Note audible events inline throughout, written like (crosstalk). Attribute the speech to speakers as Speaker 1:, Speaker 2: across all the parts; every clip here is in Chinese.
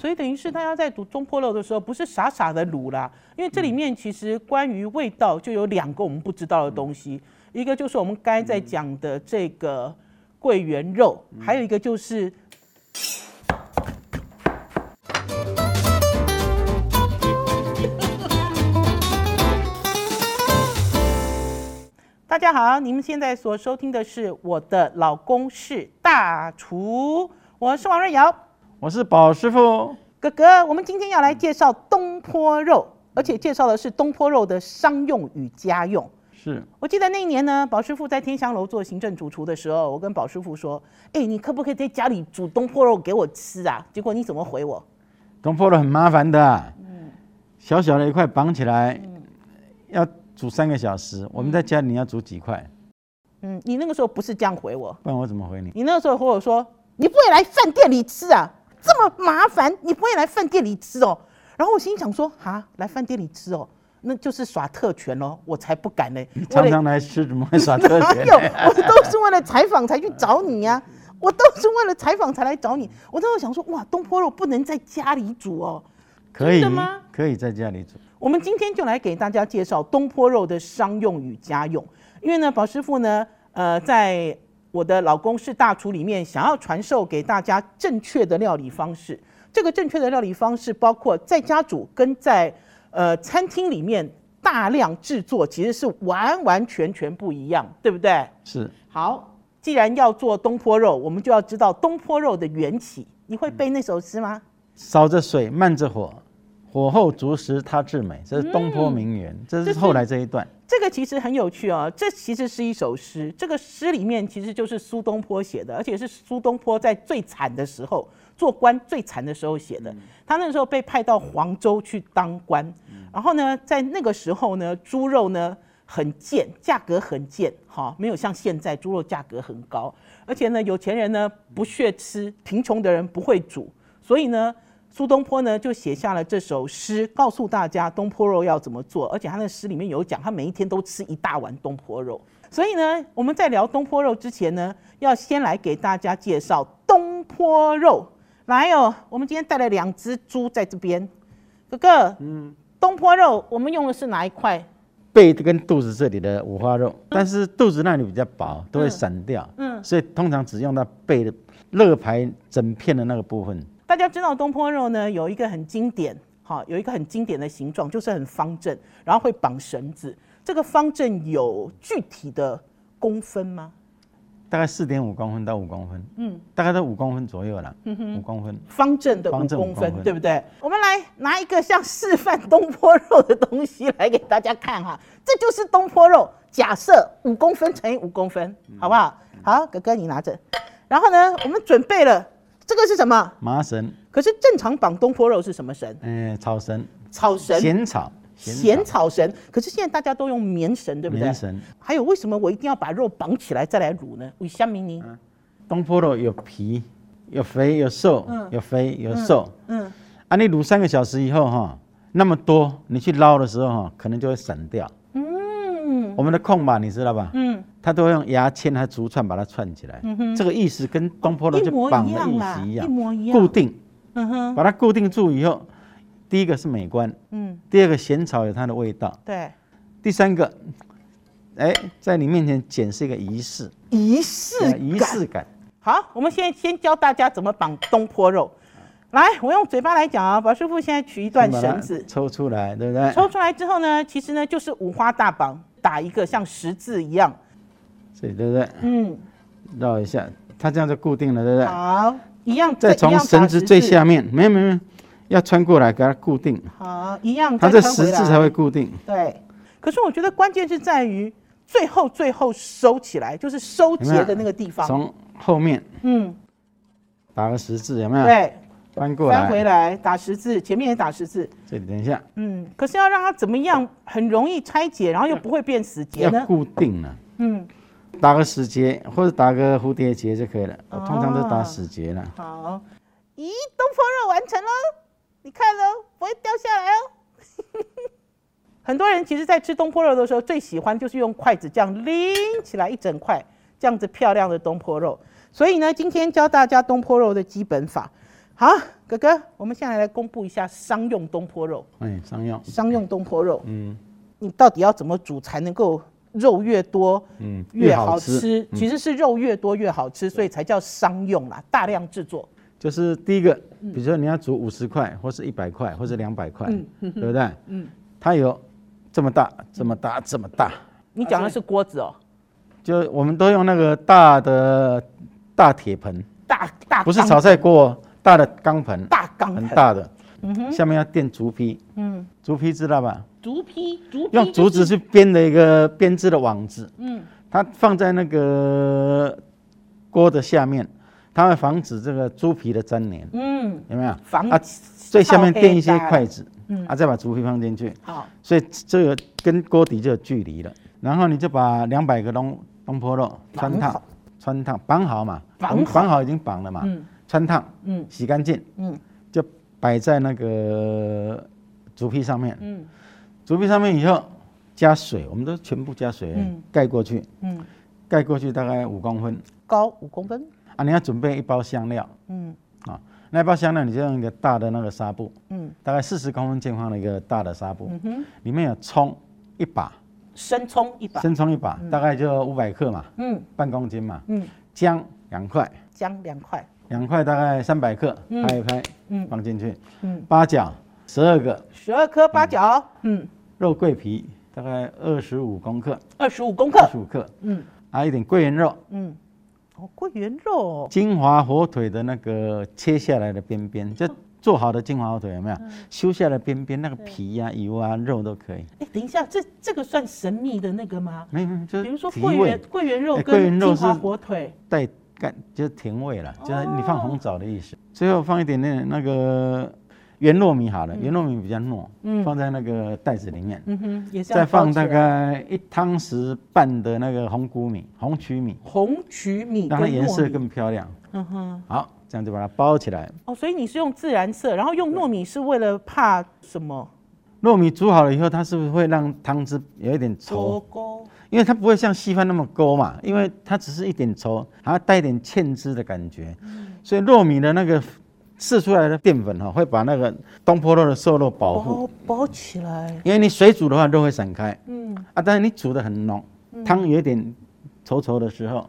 Speaker 1: 所以等于是大家在读中坡肉的时候，不是傻傻的卤啦，因为这里面其实关于味道就有两个我们不知道的东西，一个就是我们刚才在讲的这个桂圆肉，还有一个就是大家好，你们现在所收听的是《我的老公是大厨》，我是王瑞瑶
Speaker 2: 我是宝师傅。
Speaker 1: 哥哥。我们今天要来介绍东坡肉，而且介绍的是东坡肉的商用与家用。
Speaker 2: 是，
Speaker 1: 我记得那一年呢，宝师傅在天祥楼做行政主厨的时候，我跟宝师傅说：“哎，你可不可以在家里煮东坡肉给我吃啊？”结果你怎么回我？
Speaker 2: 东坡肉很麻烦的、小小的一块绑起来，要煮三个小时。我们在家里要煮几块，
Speaker 1: 嗯，你那个时候不是这样回我，
Speaker 2: 不然我怎么回你？
Speaker 1: 你那个时候回我说：“你不会来饭店里吃啊？这么麻烦，你不会来饭店里吃哦。”然后我心想说：“哈，来饭店里吃哦，那就是耍特权咯，我才不敢呢、我
Speaker 2: 常
Speaker 1: 得
Speaker 2: 常来吃，怎么会耍特
Speaker 1: 哪
Speaker 2: 权
Speaker 1: 有？？哎我都是为了采访才去找你
Speaker 2: (laughs)
Speaker 1: 呀、我都是为了采访才来找你。我当时想说，哇，东坡肉不能在家里煮哦。
Speaker 2: 可以
Speaker 1: (laughs) 真的吗，
Speaker 2: 可以在家里煮。
Speaker 1: 我们今天就来给大家介绍东坡肉的商用与家用，因为呢，宝师傅呢，呃，在我的老公是大厨里面，想要传授给大家正确的料理方式。这个正确的料理方式包括在家煮跟在呃餐厅里面大量制作，其实是完完全全不一样，对不对？
Speaker 2: 是，
Speaker 1: 好，既然要做东坡肉，我们就要知道东坡肉的缘起。你会背那首诗吗？
Speaker 2: 烧着水，慢着火，火后煮食它至美。这是东坡名言，这
Speaker 1: 这
Speaker 2: 是
Speaker 1: 是
Speaker 2: 后来这一段。
Speaker 1: 这个其实很有趣哦，这其实是一首诗。这个诗里面其实就是苏东坡写的，而且是苏东坡在最惨的时候，做官最惨的时候写的。他那时候被派到黄州去当官，然后呢，在那个时候呢，猪肉呢很贱，价格很贱，哈，没有像现在猪肉价格很高，而且呢，有钱人呢不屑吃，贫穷的人不会煮，所以呢，苏东坡呢就写下了这首诗，告诉大家东坡肉要怎么做，而且他那诗里面有讲，他每一天都吃一大碗东坡肉。所以呢，我们在聊东坡肉之前呢，要先来给大家介绍东坡肉。来哦，我们今天带了两只猪在这边，哥哥，嗯，东坡肉我们用的是哪一块？
Speaker 2: 背跟肚子这里的五花肉，但是肚子那里比较薄，都会散掉。嗯，所以通常只用到背的肋排整片的那个部分。
Speaker 1: 大家知道东坡肉呢有一个很经典，哈，有一个很经典的形状，就是很方正，然后会绑绳子。这个方正有具体的公分吗？
Speaker 2: 大概四点五公分到五公分，嗯，大概在五公分左右啦，嗯五公分。
Speaker 1: 方正的五
Speaker 2: 方正
Speaker 1: 公
Speaker 2: 五
Speaker 1: 分
Speaker 2: 公，分
Speaker 1: 对不对？我们来拿一个像示范东坡肉的东西来给大家看哈，这就是东坡肉。假设五公分乘以五公分，
Speaker 2: 嗯
Speaker 1: 好不好？好，哥哥你拿着。然后呢，我们准备了这个是什么？
Speaker 2: 麻绳，
Speaker 1: 可是正常绑东坡肉是什么绳？
Speaker 2: 嗯、草绳，
Speaker 1: 草绳、
Speaker 2: 咸草，
Speaker 1: 咸草绳。可是现在大家都用棉绳，对不对
Speaker 2: 棉？绳。
Speaker 1: 还有，为什么我一定要把肉绑起来再来卤呢？为什么呢？
Speaker 2: 嗯东坡肉有皮，有肥有瘦，有肥有瘦。
Speaker 1: 嗯，
Speaker 2: 啊，你卤三个小时以后哈，那么多，你去捞的时候哈，可能就会散掉。嗯，我们的控把你知道吧？嗯，它都会用牙签和竹串把它串起来。嗯这个意思跟东坡肉
Speaker 1: 一
Speaker 2: 就
Speaker 1: 模
Speaker 2: 绑
Speaker 1: 一
Speaker 2: 的
Speaker 1: 样
Speaker 2: 意
Speaker 1: 啦
Speaker 2: 思一
Speaker 1: 一模一样
Speaker 2: 固定。
Speaker 1: 嗯哼，
Speaker 2: 把它固定住以后，第一个是美观，
Speaker 1: 嗯，
Speaker 2: 第二个咸草有它的味道，
Speaker 1: 对，
Speaker 2: 第三个，哎，在你面前捡是一个仪式，
Speaker 1: 仪式
Speaker 2: 呃
Speaker 1: 感。
Speaker 2: 仪式感，
Speaker 1: 好，我们现在先教大家怎么绑东坡肉。
Speaker 2: 嗯
Speaker 1: 来，我用嘴巴来讲啊，宝师傅现在取一段
Speaker 2: 先把
Speaker 1: 绳
Speaker 2: 它
Speaker 1: 子，
Speaker 2: 抽出来，对不对？
Speaker 1: 抽出来之后呢，其实呢就是五花大绑，打一个像十字一样。
Speaker 2: 所以对不对？
Speaker 1: 嗯，
Speaker 2: 绕一下，它这样就固定了，对不对？
Speaker 1: 好，一样
Speaker 2: 再从绳子最。
Speaker 1: 一样打十字嗯
Speaker 2: 下面，没有没有，没有要穿过来给它固定，
Speaker 1: 好，一样
Speaker 2: 它
Speaker 1: 再
Speaker 2: 这
Speaker 1: 穿回
Speaker 2: 十
Speaker 1: 来。
Speaker 2: 字才会固定。
Speaker 1: 对。可是我觉得关键是在于最后最后收起来，就是收
Speaker 2: 有没有
Speaker 1: 结的那个地方。
Speaker 2: 从后面
Speaker 1: 嗯，
Speaker 2: 打个十字，有没有？，
Speaker 1: 对，
Speaker 2: 翻嗯过
Speaker 1: 翻回
Speaker 2: 来，
Speaker 1: 来打十字，前面也打十字。
Speaker 2: 这里等一下，
Speaker 1: 嗯，可是要让它怎么样很容易拆解，然后又
Speaker 2: 嗯
Speaker 1: 不会变死结
Speaker 2: 要
Speaker 1: 呢？
Speaker 2: 固定了。
Speaker 1: 嗯，
Speaker 2: 打个死结或者打个蝴蝶结就可以了。我通常都
Speaker 1: 哦
Speaker 2: 打死结了。
Speaker 1: 好。咦，东坡肉完成喽！你看喽，不会掉下来哦。 (laughs) 很多人其实，在吃东坡肉的时候，最喜欢就是用筷子这样拎起来一整块，这样子漂亮的东坡肉。所以呢，今天教大家东坡肉的基本法。好，哥哥，我们现在来公布一下商用东坡肉。
Speaker 2: 哎，商用，
Speaker 1: 商用东坡肉，
Speaker 2: 嗯
Speaker 1: 你到底要怎么煮才能够肉越多
Speaker 2: 嗯，
Speaker 1: 越好
Speaker 2: 好
Speaker 1: 吃？，嗯其实是肉越多越好吃，所以才叫商用啦，大量制作。
Speaker 2: 就是第一个，
Speaker 1: 嗯
Speaker 2: 比如说你要煮五十块，或是一百块，或是两百块，对不对？嗯，它有这么
Speaker 1: 嗯
Speaker 2: 大、这么大、这么大，
Speaker 1: 你讲的是锅子哦，
Speaker 2: 就我们都用那个大的大铁盆，
Speaker 1: 大大
Speaker 2: 不是
Speaker 1: 缸
Speaker 2: 炒菜锅哦，大的钢盆，
Speaker 1: 大缸
Speaker 2: 很
Speaker 1: 盆，嗯
Speaker 2: 大的，下面要垫竹坯，嗯，竹坯知道吧？
Speaker 1: 竹坯竹坯
Speaker 2: 用
Speaker 1: 就
Speaker 2: 竹
Speaker 1: 是
Speaker 2: 子去编的一个编织的网子，
Speaker 1: 嗯
Speaker 2: 嗯，它放在那个锅的下面，它会防止这个猪皮的粘连，
Speaker 1: 嗯
Speaker 2: 有没有？
Speaker 1: 防
Speaker 2: 啊最下面
Speaker 1: 靠背
Speaker 2: 垫一些
Speaker 1: 搭了
Speaker 2: 筷子，
Speaker 1: 嗯
Speaker 2: 啊，再把竹皮放进去，
Speaker 1: 好
Speaker 2: 所以这个跟锅底就有距离了。然后你就把两百个东东坡肉
Speaker 1: 绑
Speaker 2: 穿烫
Speaker 1: 好，
Speaker 2: 穿烫绑好嘛，
Speaker 1: 绑
Speaker 2: 我们
Speaker 1: 好
Speaker 2: 绑好已经绑了嘛，穿烫，
Speaker 1: 嗯
Speaker 2: 洗干净，
Speaker 1: 嗯
Speaker 2: 就摆在那个竹坯上面，
Speaker 1: 嗯
Speaker 2: 竹坯上面以后加水，我们都全部加水、盖过去，
Speaker 1: 嗯
Speaker 2: 盖过去大概五公分
Speaker 1: 高五公分
Speaker 2: 啊，你要准备一包香料，
Speaker 1: 嗯
Speaker 2: 啊，那一包香料你就用一个大的那个纱布，
Speaker 1: 嗯
Speaker 2: 大概四十公分见方的一个大的纱布，里面有葱一把，
Speaker 1: 生葱一把
Speaker 2: 生葱一把，大概就五百克嘛，
Speaker 1: 嗯
Speaker 2: 半公斤嘛，
Speaker 1: 嗯
Speaker 2: 姜两块，
Speaker 1: 姜两块
Speaker 2: 两块大概三百克，拍一拍，
Speaker 1: 嗯
Speaker 2: 放进去，
Speaker 1: 嗯
Speaker 2: 八角十二个，
Speaker 1: 十二颗八角嗯
Speaker 2: 肉桂皮大概二十五公克，
Speaker 1: 二十五公
Speaker 2: 二
Speaker 1: 克
Speaker 2: 十五克，
Speaker 1: 嗯
Speaker 2: 啊，一点桂圆肉，
Speaker 1: 嗯哦桂圆肉
Speaker 2: 金华火腿的那个切下来的边边，就做好的金华火腿有没有？
Speaker 1: 嗯
Speaker 2: 修下来边边那个皮呀、油啊、肉都可以，
Speaker 1: 哎等一下这这个算神秘的那个吗？
Speaker 2: 没有没有，就
Speaker 1: 比如说
Speaker 2: 是提
Speaker 1: 桂
Speaker 2: 味
Speaker 1: 圆桂圆肉
Speaker 2: 哎桂
Speaker 1: 跟
Speaker 2: 圆肉
Speaker 1: 金华
Speaker 2: 是
Speaker 1: 火腿
Speaker 2: 带干，就是甜味
Speaker 1: 哦
Speaker 2: 了，就是你放红枣的意思。最后放一点点那个圆糯米好了，圆糯米比较糯，放在那个袋子里面，
Speaker 1: 嗯哼也是要
Speaker 2: 再放
Speaker 1: 包起来
Speaker 2: 大概一汤匙半的那个红谷米、红曲米，
Speaker 1: 红曲米
Speaker 2: 让它
Speaker 1: 跟
Speaker 2: 颜
Speaker 1: 糯
Speaker 2: 色
Speaker 1: 米
Speaker 2: 更漂亮。
Speaker 1: 嗯哼
Speaker 2: 好，这样就把它包起来。
Speaker 1: 哦所以你是用自然色，然后用糯米是为了怕什么？
Speaker 2: 糯米煮好了以后，它是不是会让汤汁有一点稠？
Speaker 1: 勾
Speaker 2: 因为它不会像稀饭那么勾嘛，因为它只是一点稠，还要带一点芡汁的感觉。所以糯米的那个试出来的淀粉哈、会把那个东坡肉的瘦肉保护。
Speaker 1: 包包起来，
Speaker 2: 因为你水煮的话，肉会散开
Speaker 1: 嗯
Speaker 2: 啊，但是你煮的很浓，汤有一点稠稠的时候，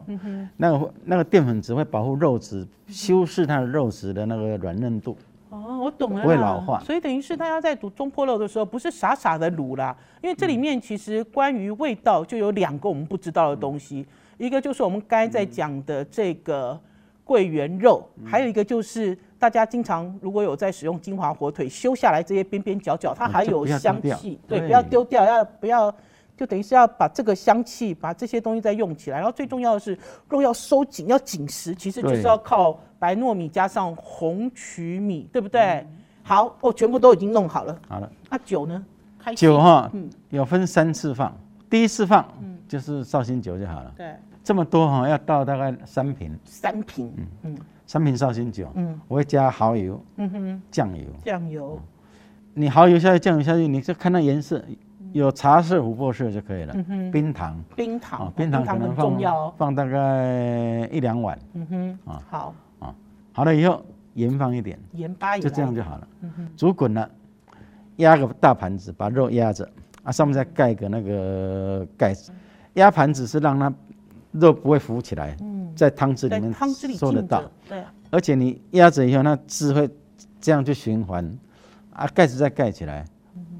Speaker 2: 那个那个淀粉质会保护肉质，修饰它的肉质的那个软嫩度。
Speaker 1: 哦，我懂了啦，
Speaker 2: 不会老化
Speaker 1: 所以等于是大家在煮中坡肉的时候，不是傻傻的卤啦，因为这里面其实关于味道就有两个我们不知道的东
Speaker 2: 嗯
Speaker 1: 西，一个就是我们刚才在讲的这个桂圆肉，
Speaker 2: 嗯
Speaker 1: 还有一个就是。大家经常如果有在使用金华火腿修下来这些边边角角，它
Speaker 2: 嗯
Speaker 1: 还
Speaker 2: 就
Speaker 1: 有
Speaker 2: 不要丢
Speaker 1: 香
Speaker 2: 掉
Speaker 1: 气，对，
Speaker 2: 对
Speaker 1: 不要丢掉，要不要就等于是要把这个香气，把这些东西再用起来。然后最重要的是肉要收紧，要紧实，其实就是
Speaker 2: 对
Speaker 1: 要靠白糯米加上红曲米，对不对？
Speaker 2: 嗯
Speaker 1: 好，哦，全部都已经弄好了。
Speaker 2: 好了，
Speaker 1: 那酒呢？开心
Speaker 2: 酒哈、有分三次放，第一次放就是绍兴酒就好了。
Speaker 1: 对，
Speaker 2: 这么多哈、要倒大概三瓶，
Speaker 1: 三瓶，嗯，
Speaker 2: 三瓶绍兴酒，
Speaker 1: 嗯
Speaker 2: 我会加蚝油、
Speaker 1: 嗯哼，
Speaker 2: 酱油。
Speaker 1: 酱油，
Speaker 2: 嗯你蚝油下去，酱油下去，你就看那颜色，有茶色、琥珀色就可以
Speaker 1: 嗯
Speaker 2: 了。冰糖
Speaker 1: 冰糖，
Speaker 2: 啊，冰糖可能
Speaker 1: 很重要
Speaker 2: 放
Speaker 1: 哦。
Speaker 2: 放大概一两碗。
Speaker 1: 嗯哼，
Speaker 2: 啊
Speaker 1: 好，
Speaker 2: 好了以后，盐放一点，
Speaker 1: 盐巴也
Speaker 2: 就这样
Speaker 1: 来
Speaker 2: 就好了。
Speaker 1: 嗯
Speaker 2: 煮滚了，压个大盘子，把肉压着啊，上面再盖个那个盖子。压盘子是让它肉不会浮起来，在汤汁
Speaker 1: 嗯
Speaker 2: 里
Speaker 1: 在
Speaker 2: 面
Speaker 1: 汤汁里
Speaker 2: 收得
Speaker 1: 浸
Speaker 2: 到
Speaker 1: 着。，对，啊
Speaker 2: 而且你压着以后，那汁会这样去循环，啊，盖子再盖起来，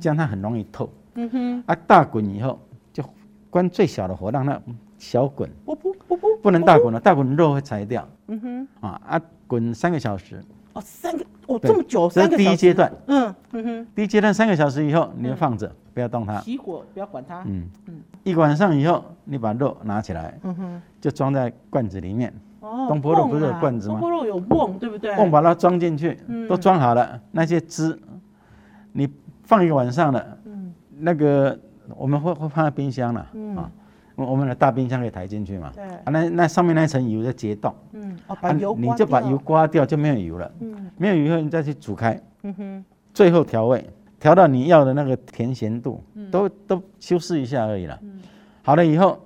Speaker 2: 这样它很容易透。
Speaker 1: 嗯哼，
Speaker 2: 啊，大滚以后就关最小的火，让它嗯小滚，
Speaker 1: 不不不不，
Speaker 2: 不能
Speaker 1: 啵
Speaker 2: 大
Speaker 1: 啵
Speaker 2: 滚了，大滚肉会柴掉。
Speaker 1: 嗯哼，
Speaker 2: 啊啊，滚三个小时，
Speaker 1: 哦，三个，哦，
Speaker 2: 对
Speaker 1: 这么久，
Speaker 2: 这
Speaker 1: 三
Speaker 2: 是
Speaker 1: 个
Speaker 2: 第
Speaker 1: 小
Speaker 2: 一
Speaker 1: 时，
Speaker 2: 阶段。
Speaker 1: 嗯嗯哼。
Speaker 2: 第一阶段三个小时以后，你就放着，不要动它。
Speaker 1: 熄火，不要管它。
Speaker 2: 啊嗯，一个晚上以后，你把肉拿起来，
Speaker 1: 嗯哼，
Speaker 2: 就装在罐子里面，
Speaker 1: 哦
Speaker 2: 东坡肉
Speaker 1: 瓮
Speaker 2: 不是有
Speaker 1: 啊
Speaker 2: 罐子吗
Speaker 1: 东坡肉有瓮，对不对？嗯
Speaker 2: 瓮把它装进去，都装好了，那些汁，你放一个晚上了，
Speaker 1: 嗯
Speaker 2: 那个我们会会放在冰箱了啊，我我们的大冰箱可以抬进去嘛，
Speaker 1: 对
Speaker 2: 啊那那上面那一层油就结冻，
Speaker 1: 嗯，哦，把
Speaker 2: 啊
Speaker 1: 油
Speaker 2: 你
Speaker 1: 刮
Speaker 2: 就把
Speaker 1: 掉
Speaker 2: 油，刮掉就没有油了，
Speaker 1: 嗯
Speaker 2: 没有油以后你再去煮开，
Speaker 1: 嗯哼，
Speaker 2: 最后调味，调到你要的那个甜咸度，
Speaker 1: 嗯
Speaker 2: 都都修饰一下而已了。好了以后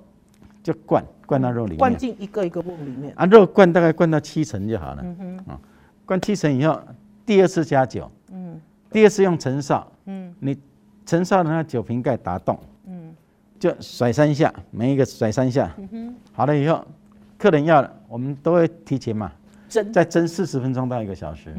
Speaker 2: 就灌灌到肉里
Speaker 1: 灌
Speaker 2: 面，
Speaker 1: 进一个一个瓮里面。
Speaker 2: 啊，肉灌大概灌到七成就好了。啊，灌七成以后，第二次加酒，嗯，第二次用陈少，嗯，你陈少的那酒瓶盖打洞，嗯，就甩三下，每一个甩三下，好了以后，客人要了，我们都会提前嘛，
Speaker 1: 真
Speaker 2: 再蒸四十分钟到一个小时，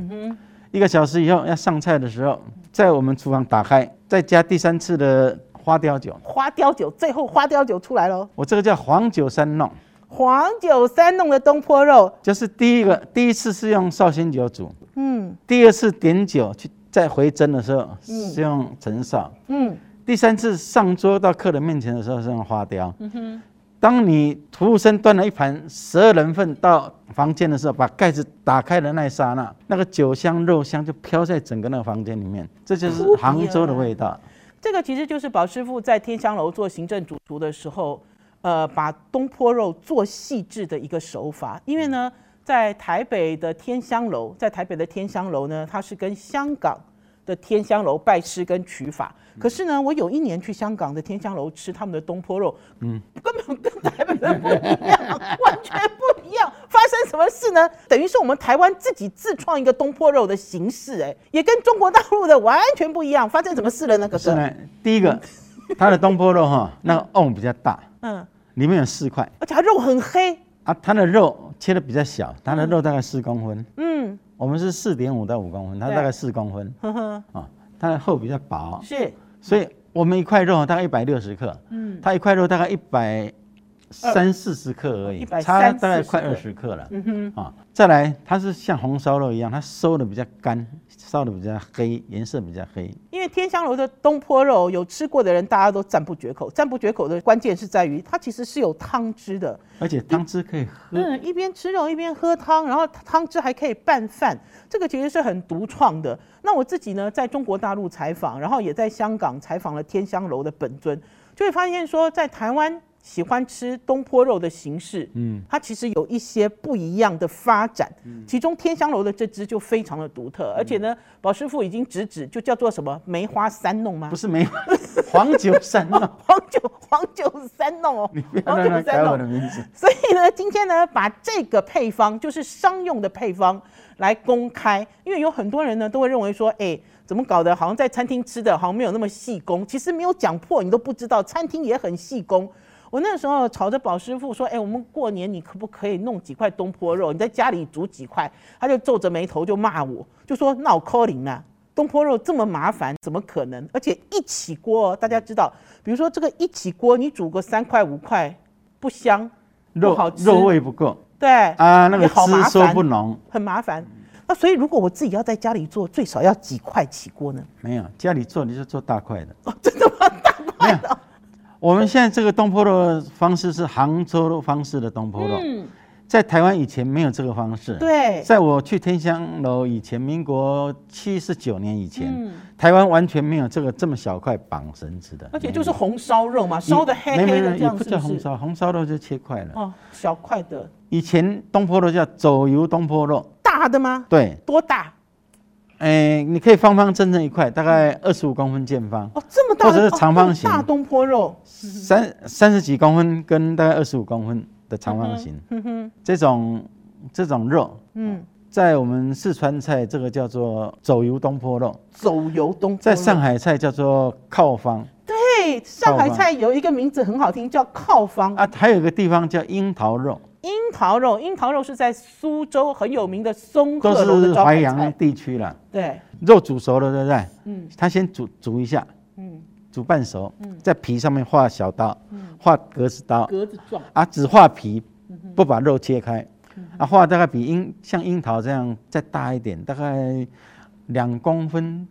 Speaker 2: 一个小时以后要上菜的时候，在我们厨房打开，再加第三次的花雕酒，
Speaker 1: 花雕酒，最后花雕酒出来喽。
Speaker 2: 我这个叫黄酒三弄。
Speaker 1: 黄酒三弄的东坡肉，
Speaker 2: 就是第一个，第一次是用绍兴酒煮，
Speaker 1: 嗯
Speaker 2: 第二次点酒去再回蒸的时候是用陈少，
Speaker 1: 嗯，
Speaker 2: 第三次上桌到客人面前的时候是用花雕。
Speaker 1: 嗯
Speaker 2: 当你服务生端了一盘十二人份到房间的时候，把盖子打开的那一刹那，那个酒香肉香就飘在整个那个房间里面，这就是
Speaker 1: 扑鼻
Speaker 2: 杭州的
Speaker 1: 而来
Speaker 2: 味道。
Speaker 1: 这个其实就是宝师傅在天香楼做行政主厨的时候，呃，把东坡肉做细致的一个手法。因为呢，在台北的天香楼，在台北的天香楼呢，它是跟香港的天香楼拜师跟取法。可是呢，我有一年去香港的天香楼吃他们的东坡肉，嗯，根本跟台北的不一样，完全不一样。发生什么事呢？等于是我们台湾自己自创一个东坡肉的形式，哎，也跟中国大陆的完全不一样。发生什么事了呢？可
Speaker 2: 是呢，第一个，它的东坡肉哈，那个瓮比较大，
Speaker 1: 嗯，
Speaker 2: 里面有四块。
Speaker 1: 而且它肉很黑，
Speaker 2: 啊，它的肉切的比较小，它的肉大概四公分，
Speaker 1: 嗯，
Speaker 2: 我们是四点五到五公分，它
Speaker 1: 对
Speaker 2: 大概四公分
Speaker 1: 呵呵，
Speaker 2: 啊，它的厚比较薄，
Speaker 1: 是
Speaker 2: 所以我们一块肉大概一百六十克，嗯，它一块肉大概一百三四十克而已，
Speaker 1: 130
Speaker 2: 差大概快二
Speaker 1: 40
Speaker 2: 十克了，嗯哼，啊，再来它是像红烧肉一样，它收的比较干，烧的比较黑，颜色比较黑，
Speaker 1: 因为天香楼的东坡肉，有吃过的人大家都赞不绝口。赞不绝口的关键是在于它其实是有汤汁的，
Speaker 2: 而且汤汁可以喝，
Speaker 1: 嗯，一边吃肉一边喝汤，然后汤汁还可以拌饭，这个其实是很独创的。那我自己呢，在中国大陆采访，然后也在香港采访了天香楼的本尊，就会发现说，在台湾喜欢吃东坡肉的形式，嗯，它其实有一些不一样的发展。
Speaker 2: 嗯
Speaker 1: 其中天香楼的这只就非常的独特，而且呢，宝师傅已经直指就叫做什么梅花三弄吗
Speaker 2: 不？是没 (laughs) 黄酒三肉，
Speaker 1: (laughs) 黄酒黄酒三弄哦，
Speaker 2: 不
Speaker 1: 黄
Speaker 2: 要乱
Speaker 1: 酒
Speaker 2: 改
Speaker 1: 三
Speaker 2: 我
Speaker 1: 弄
Speaker 2: 的。名字。
Speaker 1: 所以呢，今天呢，把这个配方，就是商用的配方，来公开，因为有很多人呢都会认为说，哎，怎么搞的？好像在餐厅吃的，好像没有那么细工。其实没有讲破，你都不知道，餐厅也很细工。我那时候吵着宝师傅说，哎，我们过年你可不可以弄几块东坡肉？你在家里煮几块？他就皱着眉头就骂我，就说闹扣零啊。东坡肉这么麻烦，怎么可能？而且一起锅、哦，大家知道，比如说这个一起锅，你煮个三块五块，不香，
Speaker 2: 肉
Speaker 1: 不好吃
Speaker 2: 肉味不够
Speaker 1: 对 (laughs)
Speaker 2: 啊，那
Speaker 1: 也
Speaker 2: 个
Speaker 1: 好麻
Speaker 2: 汁说
Speaker 1: 烦，
Speaker 2: 不浓，
Speaker 1: 很麻烦。那所以如果我自己要在家里做，最少要几块起锅呢？
Speaker 2: 没有家里做你就做大块的。
Speaker 1: 哦，真的吗？ (laughs) 大块的，
Speaker 2: 我们现在这个东坡肉的方式是杭州方式的东坡肉，在台湾以前没有这个方式。，
Speaker 1: 嗯对，
Speaker 2: 在我去天香楼以前，民国七十九年以前，
Speaker 1: 嗯
Speaker 2: 台湾完全没有这个这么小块绑绳子的，
Speaker 1: 而且就是红烧肉嘛，烧的黑黑
Speaker 2: 没没
Speaker 1: 的
Speaker 2: 没
Speaker 1: 这
Speaker 2: 也
Speaker 1: 样，
Speaker 2: 不
Speaker 1: 是
Speaker 2: 叫红
Speaker 1: 不是？
Speaker 2: 烧，红烧肉就切块了。
Speaker 1: 哦，小块的，
Speaker 2: 以前东坡肉叫走油东坡肉，
Speaker 1: 大的吗？
Speaker 2: 对，
Speaker 1: 多大？
Speaker 2: 哎，你可以方方正正一块，大概二十五公分见方。
Speaker 1: 哦，这么大的，
Speaker 2: 或者是长方形
Speaker 1: 哦大东坡肉，
Speaker 2: 三三十几公分跟大概二十五公分的长方形，这种这种肉，
Speaker 1: 嗯，
Speaker 2: 在我们四川菜这个叫做走油东坡肉，
Speaker 1: 走油东坡肉。
Speaker 2: 在上海菜叫做靠方
Speaker 1: 对上海菜有一个名字很好听，叫靠方
Speaker 2: 啊，还有一个地方叫樱桃肉，
Speaker 1: 樱桃肉。樱桃肉是在苏州很有名的松
Speaker 2: 都
Speaker 1: 鹤楼
Speaker 2: 是
Speaker 1: 的招
Speaker 2: 淮
Speaker 1: 牌
Speaker 2: 扬
Speaker 1: 菜。
Speaker 2: 地区啦。
Speaker 1: 对，
Speaker 2: 肉煮熟了，对不对？嗯，它先煮煮一下，
Speaker 1: 嗯
Speaker 2: 煮半熟，在皮上面画小刀，画格子刀，
Speaker 1: 格子状。
Speaker 2: 啊，只画皮，
Speaker 1: 嗯
Speaker 2: 不把肉切开，啊，画大概比樱像樱桃这样再大一点，大概两公分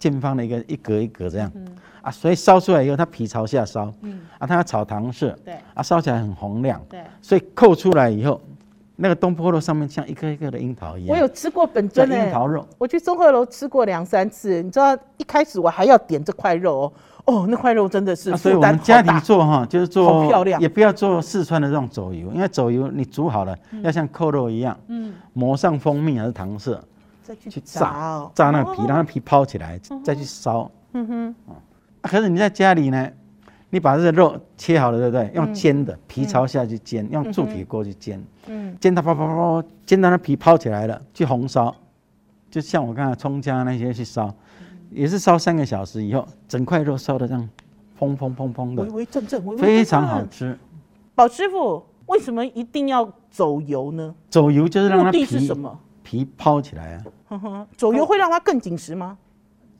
Speaker 2: 见方的一个一格一格这样，
Speaker 1: 嗯
Speaker 2: 啊，所以烧出来以后，它皮朝下烧，啊，它要炒糖色，
Speaker 1: 对
Speaker 2: 啊，烧起来很红亮，
Speaker 1: 对。
Speaker 2: 所以扣出来以后，那个东坡肉上面像一颗一颗的樱桃一
Speaker 1: 我
Speaker 2: 样，
Speaker 1: 有吃过本
Speaker 2: 叫
Speaker 1: 尊
Speaker 2: 樱
Speaker 1: 诶、
Speaker 2: 桃肉，
Speaker 1: 我去松鹤楼吃过两三次，你知道一开始我还要点这块肉哦，哦，那块肉真的是
Speaker 2: 啊，所以
Speaker 1: 负
Speaker 2: 我
Speaker 1: 担
Speaker 2: 们
Speaker 1: 好
Speaker 2: 家庭
Speaker 1: 大，
Speaker 2: 做哈，就是
Speaker 1: 好
Speaker 2: 做
Speaker 1: 漂亮
Speaker 2: 也不要做四川的这种走油，因为走油你煮好了
Speaker 1: 嗯
Speaker 2: 要像扣肉一样，抹上蜂蜜还是糖色。
Speaker 1: 再去
Speaker 2: 去
Speaker 1: 炸
Speaker 2: 炸
Speaker 1: 哦，
Speaker 2: 炸哦那个皮，让那皮抛起来，再去烧。嗯哼，啊，可是你在家里呢，你把这个肉切好了，对不
Speaker 1: 嗯
Speaker 2: 对？用煎的，皮朝下去煎，用铸皮锅去煎，
Speaker 1: 嗯
Speaker 2: 煎它啪啪啪啪，煎到那皮抛起来了，去红烧，就像我刚才葱姜那些去烧，
Speaker 1: 嗯
Speaker 2: 也是烧三个小时以后，整块肉烧的这样，砰砰砰砰
Speaker 1: 微
Speaker 2: 的，
Speaker 1: 微正正，微微
Speaker 2: 非常
Speaker 1: 正正
Speaker 2: 好。吃。
Speaker 1: 宝师傅，为什么一定要走油呢？
Speaker 2: 走油就是让
Speaker 1: 目
Speaker 2: 它
Speaker 1: 的是
Speaker 2: 皮
Speaker 1: 什么？ (laughs)
Speaker 2: 皮抛起来啊。
Speaker 1: 哼哼，走油会让它更紧实吗？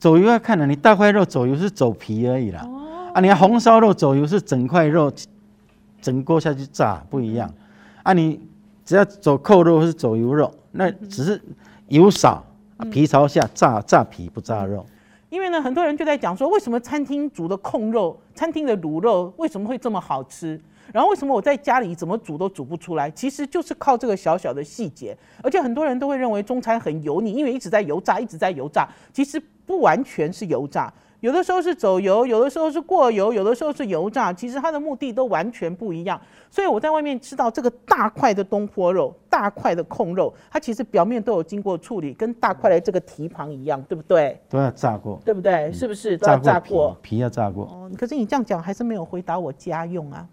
Speaker 2: 走油要看啊了，你大块肉走油是走皮而已啦。啊，你要红烧肉走油是整块肉，整锅下去炸不一样。啊，你只要走扣肉或是走油肉，那只是油少，啊皮朝下炸炸皮不炸肉。
Speaker 1: 因为呢，很多人就在讲说，为什么餐厅煮的控肉、餐厅的卤肉为什么会这么好吃？然后为什么我在家里怎么煮都煮不出来？其实就是靠这个小小的细节。而且很多人都会认为中餐很油腻，因为一直在油炸，一直在油炸。其实不完全是油炸，有的时候是走油，有的时候是过油，有的时候是油炸。其实它的目的都完全不一样。所以我在外面吃到这个大块的东坡肉、大块的控肉，它其实表面都有经过处理，跟大块的这个蹄膀一样，对不对？
Speaker 2: 都要炸过，
Speaker 1: 对不对？是不是都要炸过？
Speaker 2: 嗯皮，皮要炸过。
Speaker 1: 哦，可是你这样讲还是没有回答我家用啊。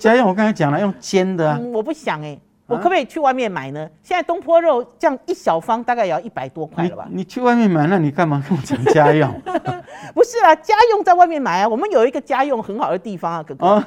Speaker 2: 家用我刚才讲了，用煎的啊，
Speaker 1: 嗯，我不想哎、我可不可以去外面买呢？现在东坡肉这样一小方大概也要一百多块
Speaker 2: 你
Speaker 1: 了吧？
Speaker 2: 你去外面买，那你干嘛跟我讲家用？ (laughs)
Speaker 1: 不是啦，家用在外面买啊。我们有一个家用很好的地方啊，哥哥，
Speaker 2: 哦，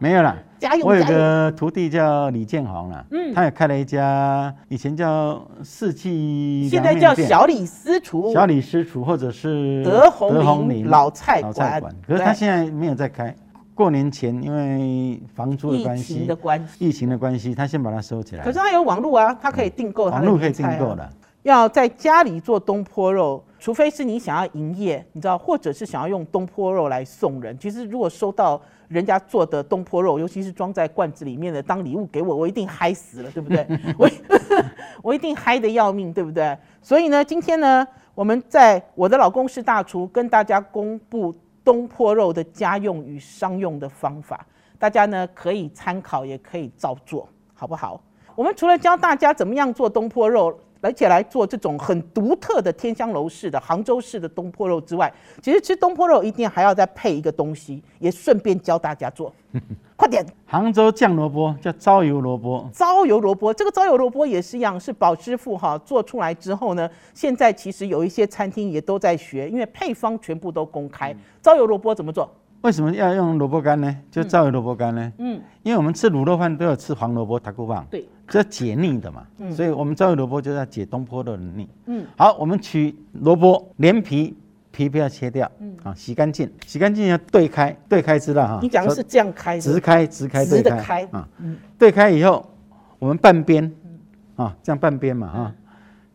Speaker 2: 没有啦，
Speaker 1: 家啊用
Speaker 2: 我有
Speaker 1: 家嗯用。
Speaker 2: 个徒弟叫李建宏啦，他也开了一家，以前叫四季
Speaker 1: 现
Speaker 2: 凉
Speaker 1: 在
Speaker 2: 面店，
Speaker 1: 叫小李私厨，
Speaker 2: 小李师厨，或者是
Speaker 1: 德宏林老菜
Speaker 2: 老
Speaker 1: 馆
Speaker 2: 菜馆。可是他
Speaker 1: 对
Speaker 2: 现在没有在开，过年前因为房租的关
Speaker 1: 疫情
Speaker 2: 系
Speaker 1: 的、关系。
Speaker 2: 疫情的关系，他先把它收起来
Speaker 1: 可。是它有网络啊，它可以订购它
Speaker 2: 网
Speaker 1: 的
Speaker 2: 络可以
Speaker 1: 名
Speaker 2: 订
Speaker 1: 菜啊
Speaker 2: 购的，
Speaker 1: 要在家里做东坡肉，除非是你想要营业，你知道，或者是想要用东坡肉来送人。其实如果收到人家做的东坡肉，尤其是装在罐子里面的当礼物给我，我一定嗨死了，对不对？ (laughs) 我我一定嗨得要命，对不对？所以呢，今天呢，我们在我的老公是大厨，跟大家公布东坡肉的家用与商用的方法，大家呢可以参考，也可以照做，好不好？我们除了教大家怎么样做东坡肉，而且来做这种很独特的天香楼式的杭州式的东坡肉之外，其实吃东坡肉一定还要再配一个东西，也顺便教大家做。 (laughs) 快点，
Speaker 2: 杭州酱萝卜叫糟油萝卜，
Speaker 1: 糟油萝卜，这个糟油萝卜也是一样，是宝师傅哈做出来之后呢，现在其实有一些餐厅也都在学，因为配方全部都公
Speaker 2: 嗯
Speaker 1: 开。糟油萝卜怎么做？
Speaker 2: 为什么要用萝卜干呢？就糟油萝卜干呢？嗯，因为我们吃卤肉饭都有吃黄萝卜、塔骨棒，
Speaker 1: 对，
Speaker 2: 这解腻的嘛，所以我们糟油萝卜就是要解东坡肉的腻。
Speaker 1: 嗯
Speaker 2: 嗯，好，我们取萝卜连皮，皮不要切掉，嗯，啊，洗干净，洗干净要对开，对开知道哈？
Speaker 1: 你讲的是这样开
Speaker 2: 直
Speaker 1: 的，
Speaker 2: 开，直开，
Speaker 1: 直
Speaker 2: 对
Speaker 1: 的
Speaker 2: 开
Speaker 1: 开嗯
Speaker 2: 啊，对开以后，我们半边啊，这样半边嘛
Speaker 1: 嗯
Speaker 2: 啊，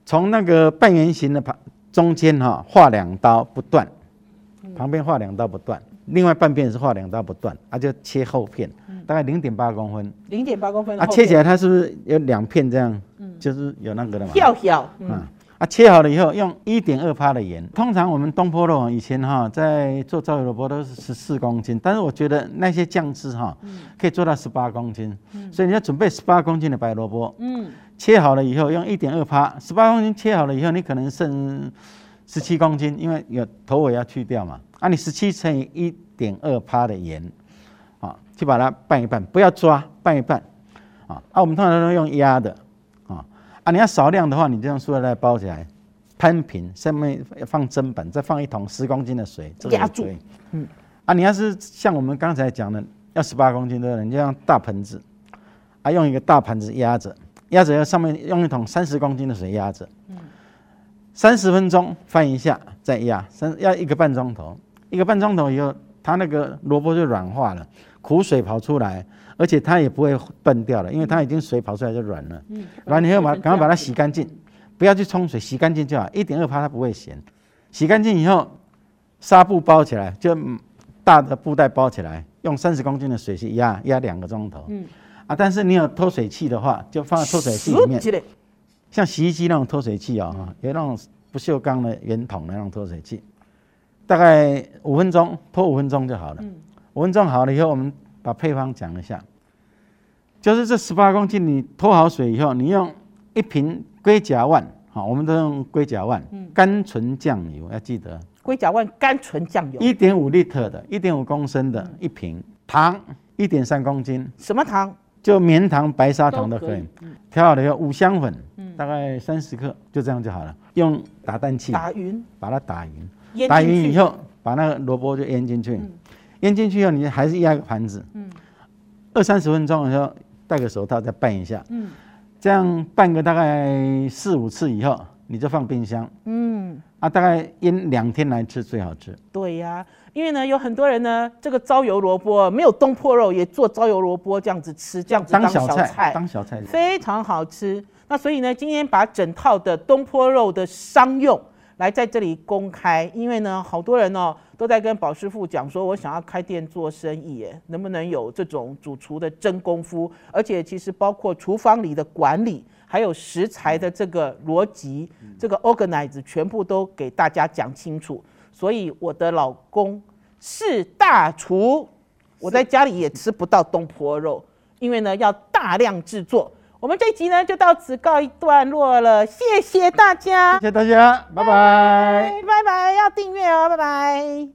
Speaker 2: 从那个半圆形的旁中间哈划两刀不断，
Speaker 1: 嗯
Speaker 2: 旁边划两刀不断，另外半边也是划两刀不断，啊就切厚片，
Speaker 1: 嗯
Speaker 2: 大概零点八公分，
Speaker 1: 零点八公分的
Speaker 2: 啊，
Speaker 1: 厚
Speaker 2: 切
Speaker 1: 片，
Speaker 2: 起来它是不是有两片这样？就是有那个的嘛。
Speaker 1: 跳跳，嗯
Speaker 2: 啊啊，切好了以后用一点二帕的盐。通常我们东坡肉啊以前哈、在做糟油萝卜都是十四公斤，但是我觉得那些酱汁哈、可以做到十八公斤，所以你要准备十八公斤的白萝卜，
Speaker 1: 嗯，
Speaker 2: 切好了以后用一点二帕，十八公斤切好了以后你可能剩十七公斤，因为有头尾要去掉嘛。啊，你十七乘以一点二帕的盐，啊，去把它拌一拌，不要抓，拌一拌，啊啊，我们通常都用压的，啊啊，你要少量的话，你就用塑料袋包起来，摊平，下面放砧板，再放一桶十公斤的水，这个也
Speaker 1: 压住嗯
Speaker 2: 可以。啊，你要是像我们刚才讲的，要十八公斤的人，你就用大盆子，啊，用一个大盘子压着，压着要上面用一桶三十公斤的水压着，
Speaker 1: 嗯
Speaker 2: 三十分钟翻一下，再压三要一个半钟头，一个半钟头以后，它那个萝卜就软化了，苦水跑出来，而且它也不会断掉了，因为它已经水跑出来就软了。
Speaker 1: 嗯，
Speaker 2: 软了以后把赶快把它洗
Speaker 1: 干。
Speaker 2: 干净，不要去冲水，洗干净就好。一点二帕它不会咸，洗干净以后，纱布包起来，就嗯大的布袋包起来，用三十公斤的水去压压两个钟头。
Speaker 1: 嗯
Speaker 2: 啊，但是你有脱水器的话，就放在脱水器里面，
Speaker 1: 起来
Speaker 2: 像洗衣机那种脱水器啊、哈，有那种不锈钢的圆筒的那种脱水器，大概五分钟，脱五分钟就好了。五分钟好了以后，我们把配方讲一下，就是这十八公斤，你脱好水以后，你用一瓶龟甲万，好，我们都用龟甲万，甘醇酱油要记得，
Speaker 1: 龟甲万甘醇酱油，
Speaker 2: 一点五 liter 的，一点五公升的一瓶，糖一点三公斤，
Speaker 1: 什么糖？
Speaker 2: 就棉糖、白砂糖都可以
Speaker 1: 都。嗯
Speaker 2: 调好了以后，五香粉大概三十克，就这样就好了。用打蛋器
Speaker 1: 打匀，
Speaker 2: 把它打匀，
Speaker 1: 腌
Speaker 2: 打
Speaker 1: 进
Speaker 2: 匀以
Speaker 1: 去，嗯
Speaker 2: 后，把那个萝卜就腌进去，腌进去以后，你还是压个盘子，二三十分钟以后，戴个手套再拌一下，
Speaker 1: 嗯
Speaker 2: 这样拌个大概四五次以后，你就放冰箱
Speaker 1: 嗯，
Speaker 2: 啊，大概腌两天来吃最好吃。
Speaker 1: 对呀、因为呢，有很多人呢，这个糟油萝卜没有东坡肉，也做糟油萝卜这样子吃，这样子
Speaker 2: 当
Speaker 1: 当
Speaker 2: 小
Speaker 1: 小
Speaker 2: 菜，
Speaker 1: 菜，
Speaker 2: 当小菜。
Speaker 1: 非常好吃。那所以呢，今天把整套的东坡肉的商用来在这里公开，因为呢，好多人哦都在跟宝师傅讲说，我想要开店做生意耶，能不能有这种主厨的真功夫？而且其实包括厨房里的管理，还有食材的这个逻辑，这个 organize 全部都给大家讲清楚。所以我的老公是大厨，我在家里也吃不到东坡肉，因为呢要大量制作。我们这集呢就到此告一段落了，谢谢大家
Speaker 2: 谢，谢大家，拜拜
Speaker 1: 拜拜，要订阅哦，拜拜。